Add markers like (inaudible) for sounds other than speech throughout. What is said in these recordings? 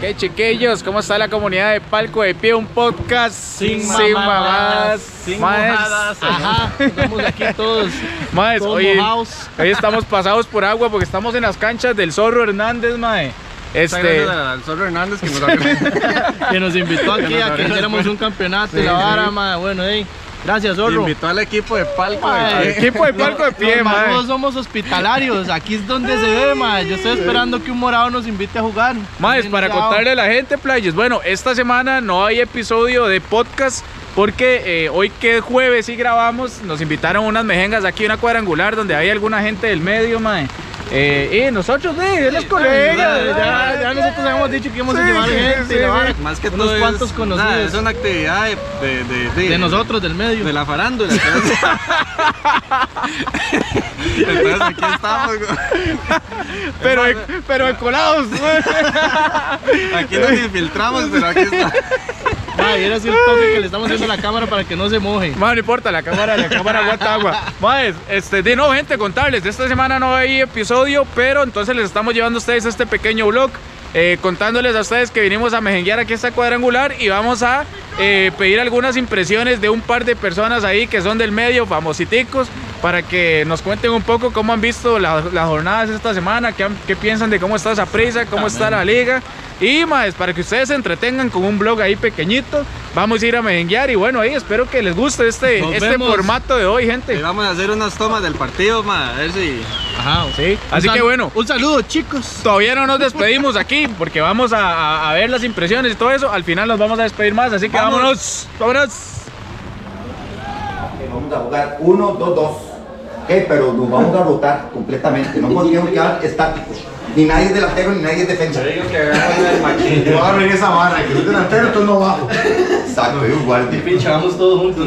¿Qué chiquillos? ¿Cómo está la comunidad de Palco de Pie? Un podcast Sin mamadas, sin mojadas. Ajá, estamos aquí todos, Maes, todos hoy, mojados. hoy estamos pasados por agua porque estamos en las canchas del Zorro Hernández, mae. Está Este, gracias al Zorro Hernández que (laughs) nos abrió. Que nos invitó aquí nos a que abrieron hiciéramos un campeonato y Sí, la vara, sí. mae. Bueno, ey, gracias, Zorro. invitó al equipo de palco. de Ay. el pie. Este, equipo de Palco de Pie, Los mae. maduros somos hospitalarios, aquí es donde se ve, mae. Yo estoy esperando que un morado nos invite a jugar. Maes, Un para morado. contarle a la gente, players, bueno, esta semana no hay episodio de podcast porque eh, hoy que es jueves y grabamos, nos invitaron unas mejengas aquí, una cuadrangular donde había alguna gente del medio, mae. Eh, y nosotros, sí, de los Ay, colegas. ya, ay, ya nosotros habíamos dicho que íbamos a Sí, llevar sí, gente sí, y la sí. vara. Más que Unos todo cuantos es, conocidos. nada, es una actividad de, de, de- de- de nosotros, del medio. de (laughs) la farándula. Entonces, Entonces, aquí estamos. güey. pero, (laughs) pero encolados. Aquí nos infiltramos, pero aquí estamos. Mae, era así el toque que le estamos haciendo a la cámara para que no se moje. Mae, no importa, la cámara, la cámara aguanta agua. Mae, este, de no, gente, contarles, esta semana no hay episodio, pero entonces les estamos llevando a ustedes este pequeño vlog, eh, contándoles a ustedes que vinimos a mejenguear aquí a esta cuadrangular y vamos a eh, pedir algunas impresiones de un par de personas ahí que son del medio, famositicos, para que nos cuenten un poco cómo han visto la- las jornadas esta semana, qué, han- qué piensan de cómo está esa prisa, cómo está la liga. Y más, para que ustedes se entretengan con un blog ahí pequeñito, vamos a ir a merenguear y bueno, ahí espero que les guste este, Nos este vemos. formato de hoy, Y gente. vamos a hacer unas tomas del partido, ma, a ver si. Ajá. Sí, Un así sal- que bueno, Un saludo, chicos. todavía no nos despedimos aquí porque vamos a, a- a ver las impresiones y todo eso. Al final nos vamos a despedir más, así que vámonos. Vámonos. Vámonos. Eh, Vamos a jugar 1, 2, 2. Pero nos vamos a rotar completamente. No podemos quedar estáticos. Ni nadie es delantero ni nadie es defensa. Yo agarré esa barra, que es delantero, tú no bajo. Exacto, yo guardia. Pinchamos todos juntos.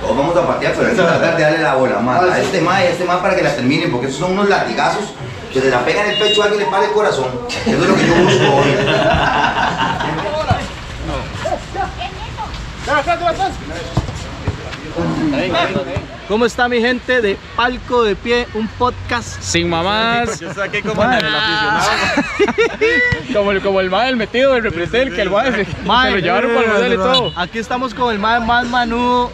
Todos vamos a patear, pero hay que tratar de darle la bola más. A este más y a este más para que la terminen, porque esos son unos latigazos que se la pegan en el pecho a alguien le para el corazón. Eso es lo que yo busco hoy. ¿Cómo está mi gente de Palco de Pie? Un podcast. Sin mamás. Yo saqué como en el aficionado. Como el, como el mae, el metido del represel, que el (laughs) mae se, se Mae, eh, lo llevaron para el hotel y todo. Aquí estamos con el mae más manudo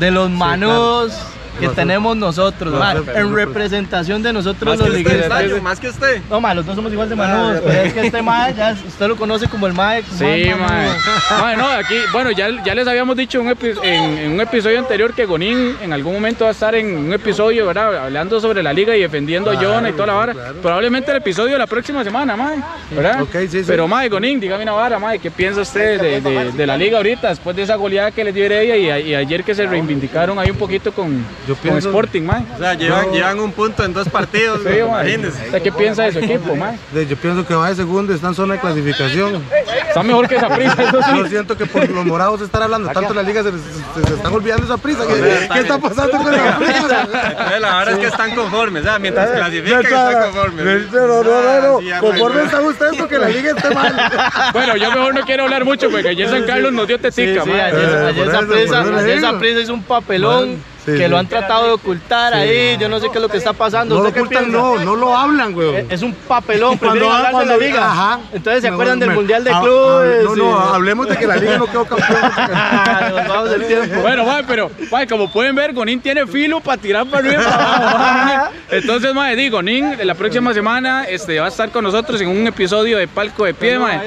de los manudos que tenemos nosotros, mae, en representación de nosotros Más los que usted, liguistas. Estaño, más que usted. No, mae, los dos somos igual de manudos, pero es que este mae, ya es- usted lo conoce como el mae más Sí, manudo. mae. (laughs) Mae, no, aquí, bueno, ya, ya les habíamos dicho en un, epi- en, en un episodio anterior que Gonín en algún momento va a estar en un episodio, ¿verdad? Hablando sobre la liga y defendiendo a Jonah y toda la vara. Probablemente el episodio de la próxima semana, mae, ¿verdad? Ok, sí, sí. Pero, mae, Gonín, dígame una vara, mae, ¿qué piensa usted de, de- de la liga ahorita después de esa goleada que les dio Heredia y, a- y ayer que se reivindicaron ahí un poquito con, Yo con pienso- Sporting, mae? O sea, llevan, llevan un punto en dos partidos, Sí, mae. imagínense. O sea, ¿Qué piensa de su equipo, mae? De- Yo pienso que va de segundo, está en zona de clasificación. Está mejor que esa prisa, eso sí. (laughs) Yo siento que por los morados estar hablando tanto la liga, se, se- se están olvidando esa prisa. ¿Qué, Olvídate. qué está pasando con la prisa? Entonces, la verdad es que están conformes, o sea, mientras Eh, clasifican están conformes. No, no, no, no, Ah, sí, ya, no. Conforme pues, están ustedes porque la liga esté (laughs) mal. Bueno, yo mejor no quiero hablar mucho porque ayer San Carlos nos dio Sí, tetica, sí, mae. ayer, Eh, ayer por esa eso, presa, por eso le ayer esa digo. presa hizo un papelón Sí, que sí. lo han tratado de ocultar ahí. Yo no sé qué es lo que está pasando. No lo ¿Usted qué ocultan, piensa? no, no lo hablan, güey. Eh, Es un papelón, prefieren Cuando- hablar de la cuando- liga. ajá. Entonces se Me acuerdan voy- del me- Mundial de ah, ah, Clubes. No, y- no, hablemos de que la liga no (laughs) quedó campeón. Ah, nos vamos del tiempo. Bueno, mae, pero mae, como pueden ver, Gonín tiene filo para tirar para arriba. y para abajo, mae. Entonces, mae, di, Gonín, la próxima semana este, va a estar con nosotros en un episodio de Palco de Pie, mae.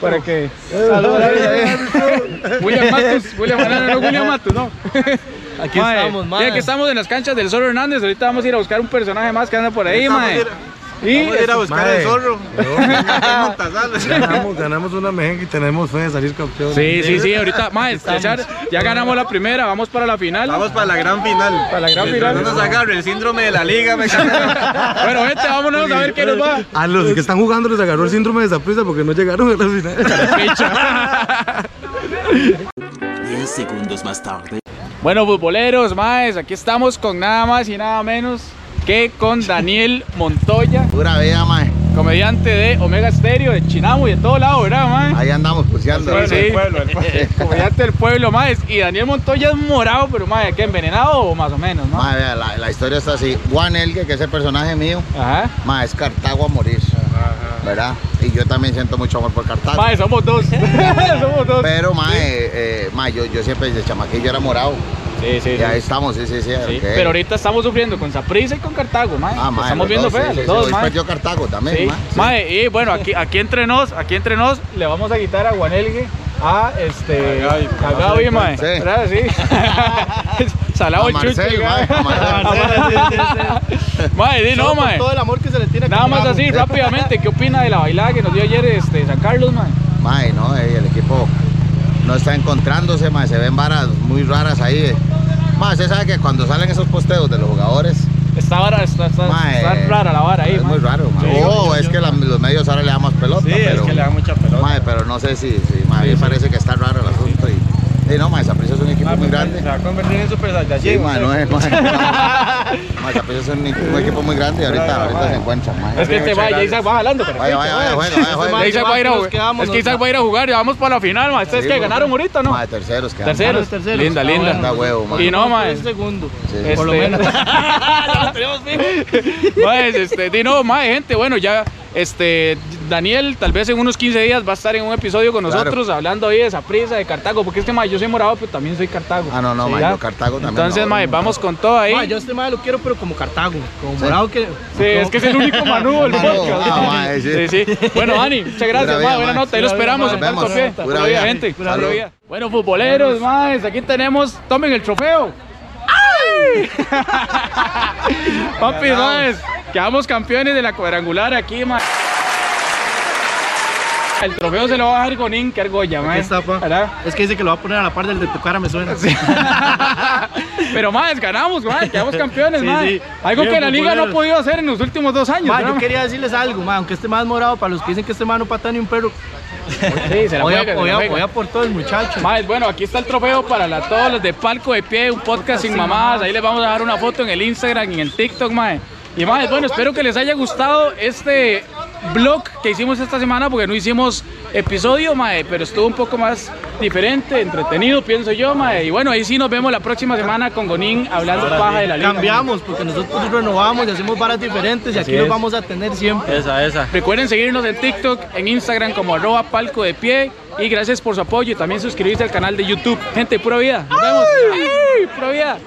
Para que... William Matos, William, no, no, no, William Matos, (laughs) no. Aquí Mae, estamos, Ya mae. que estamos en las canchas del Zorro Hernández, ahorita vamos a ir a buscar un personaje más que anda por ahí, Vamos a mae. ir a- Y Vamos a ir a buscar eh, Mae. el (laughs) zorro. Ganamos, ganamos una mejenga y tenemos fe de salir campeón. Sí, sí, sí, (laughs) ahorita, mae, ya- ya ganamos la primera, vamos para la final. Vamos para la gran final. Para la gran Mientras final. No nos agarre el síndrome de la liga, (laughs) me cagaron. (laughs) Bueno, gente, vámonos a ver qué nos va. A los que están jugando les agarró el síndrome de esa prisa porque no llegaron a la final. Bueno, futboleros, maes, aquí estamos con nada más y nada menos que con Daniel Montoya. Pura vida, mae. comediante de Omega Stereo, de Chinamo y de todo lado, ¿verdad, mae? Ahí andamos puseando. Sí, sí. Comediante del pueblo, mae. Y Daniel Montoya es morado, pero mae, ¿qué envenenado o más o menos, no? Madre, vea, la, la historia está así. Juan Elgue, que es el personaje mío, Ajá. ma, es Cartago a morir. ¿Verdad? Y yo también siento mucho amor por Cartago. Mae, somos (laughs) dos. (laughs) somos dos. Pero, ma, eh, eh, ma, yo, yo siempre desde chamaquillo era morado. Sí, sí, Y sí. ahí estamos, sí, sí, sí. Sí, ok. Pero ahorita estamos sufriendo con Saprissa y con Cartago, mae. Ah, ma, estamos los viendo dos, fea, sí, los sí, dos, sí. mae. Hoy perdió Cartago también, Sí. ma. Sí. Mae, y bueno, aquí, aquí entre nos, aquí entre nos, le vamos a quitar a Guanelgue, a este, A Gaby, que a no se Gaby, dé mae. cuenta. Sí. ¿Verdad? Sí. (laughs) Salado A el chuche. Marcel, mae, a (laughs) Mae, di no, Solo por mae. Todo el amor que se le tiene a Nada más Cartago. así, rápidamente, ¿qué opina de la bailada que nos dio ayer este, San Carlos, mae? Mae, no, eh, el equipo no está encontrándose, mae, se ven varas muy raras ahí. eh. Mae, usted sabe que cuando salen esos posteos de los jugadores, Está, vara, está, está, mae, está rara la vara ahí, Es mae. muy raro, mae. Sí. oh, es que la- los medios ahora le damos pelota, Sí, es pero, que le da mucha pelota. mae, pero no sé si, si mae, a mí me parece que está raro el asunto y, y no, mae, Saprissa es un equipo Ah, muy pues, grande. Se va a convertir en Super Saiyajin. Sí, o mae, sea. no es, mae. (laughs) Mae, Saprissa es un, un equipo muy grande y ahorita, ahorita se encuentra, mae. Es que este muchas va, ya Isaac va jalando, pero. Vaya, vaya, vaya, Este Ya juega, vaya, juega. Isaac va a ir a Nos jugar. quedamos, Es que nos Isaac quedamos. va a ir a jugar y vamos para la final, mae. Ustedes que ganaron ahorita, ¿no? Mae, terceros, quedan. Terceros, terceros. Linda, Ah, linda. bueno. Da huevo, mae. Y no, mae. Un segundo. Sí. Por lo Este- menos. (laughs) Mae, este, di no, mae, gente, bueno, ya este Daniel tal vez en unos 15 días va a estar en un episodio con Claro. nosotros hablando ahí de esa prisa de Cartago, porque es que mae, yo soy morado, pero también soy Cartago. Ah, no, no, mae, ¿ya? yo Cartago también, Entonces, no, mae, no. vamos con todo ahí. Ma, yo a este mae lo quiero, pero como Cartago. Como morado que. Sí, es que es el único Manu del Manu, podcast. ah, mae, sí. sí. sí, Bueno, Dani, muchas gracias, Pura vida, mae, buena mae. nota. Ahí lo Pura esperamos vida, mae. en Puerto Nos Fiesta. Pura vemos. Pura vida, vida. gente. Pura Pura vida. vida. Bueno, futboleros, maes, aquí tenemos, tomen el trofeo. ¡Ay! (laughs) Papi, maes, quedamos campeones de la cuadrangular aquí, maes. El trofeo se lo va a dejar Gonín, que argolla, maes. está, pa. ¿Verdad? (laughs) Es que dice que lo va a poner a la par del de tu cara, me suena. (laughs) Pero maes, ganamos, maes, quedamos campeones, Sí, maes. sí. Algo Bien, que la liga no ha futboleros. podido hacer en los últimos dos años. Ma, ¿verdad, yo mae? quería decirles algo, ma, aunque este más morado, para los que dicen que este más no pata ni un perro, Sí, se la hoy, juega, se la hoy, juega. hoy aportó el muchacho. Mae, bueno, aquí está el trofeo para la- todos los de Palco de Pie, un podcast sin mamadas. Ahí les vamos a dar una foto en el Instagram y en el TikTok, mae. Y mae, bueno, espero que les haya gustado este vlog que hicimos esta semana porque no hicimos episodio, mae, pero estuvo un poco más diferente, entretenido, pienso yo, mae. Y bueno, ahí sí nos vemos la próxima semana con Gonín hablando paja de la liga. Cambiamos, porque nosotros renovamos y hacemos varas diferentes y aquí nos vamos a tener siempre. Esa, esa. Recuerden seguirnos en TikTok, en Instagram como arroba palco de pie. Y gracias por su apoyo y también suscribirse al canal de YouTube. Gente, pura vida. Nos vemos. ¡Ay! ¡Pura vida!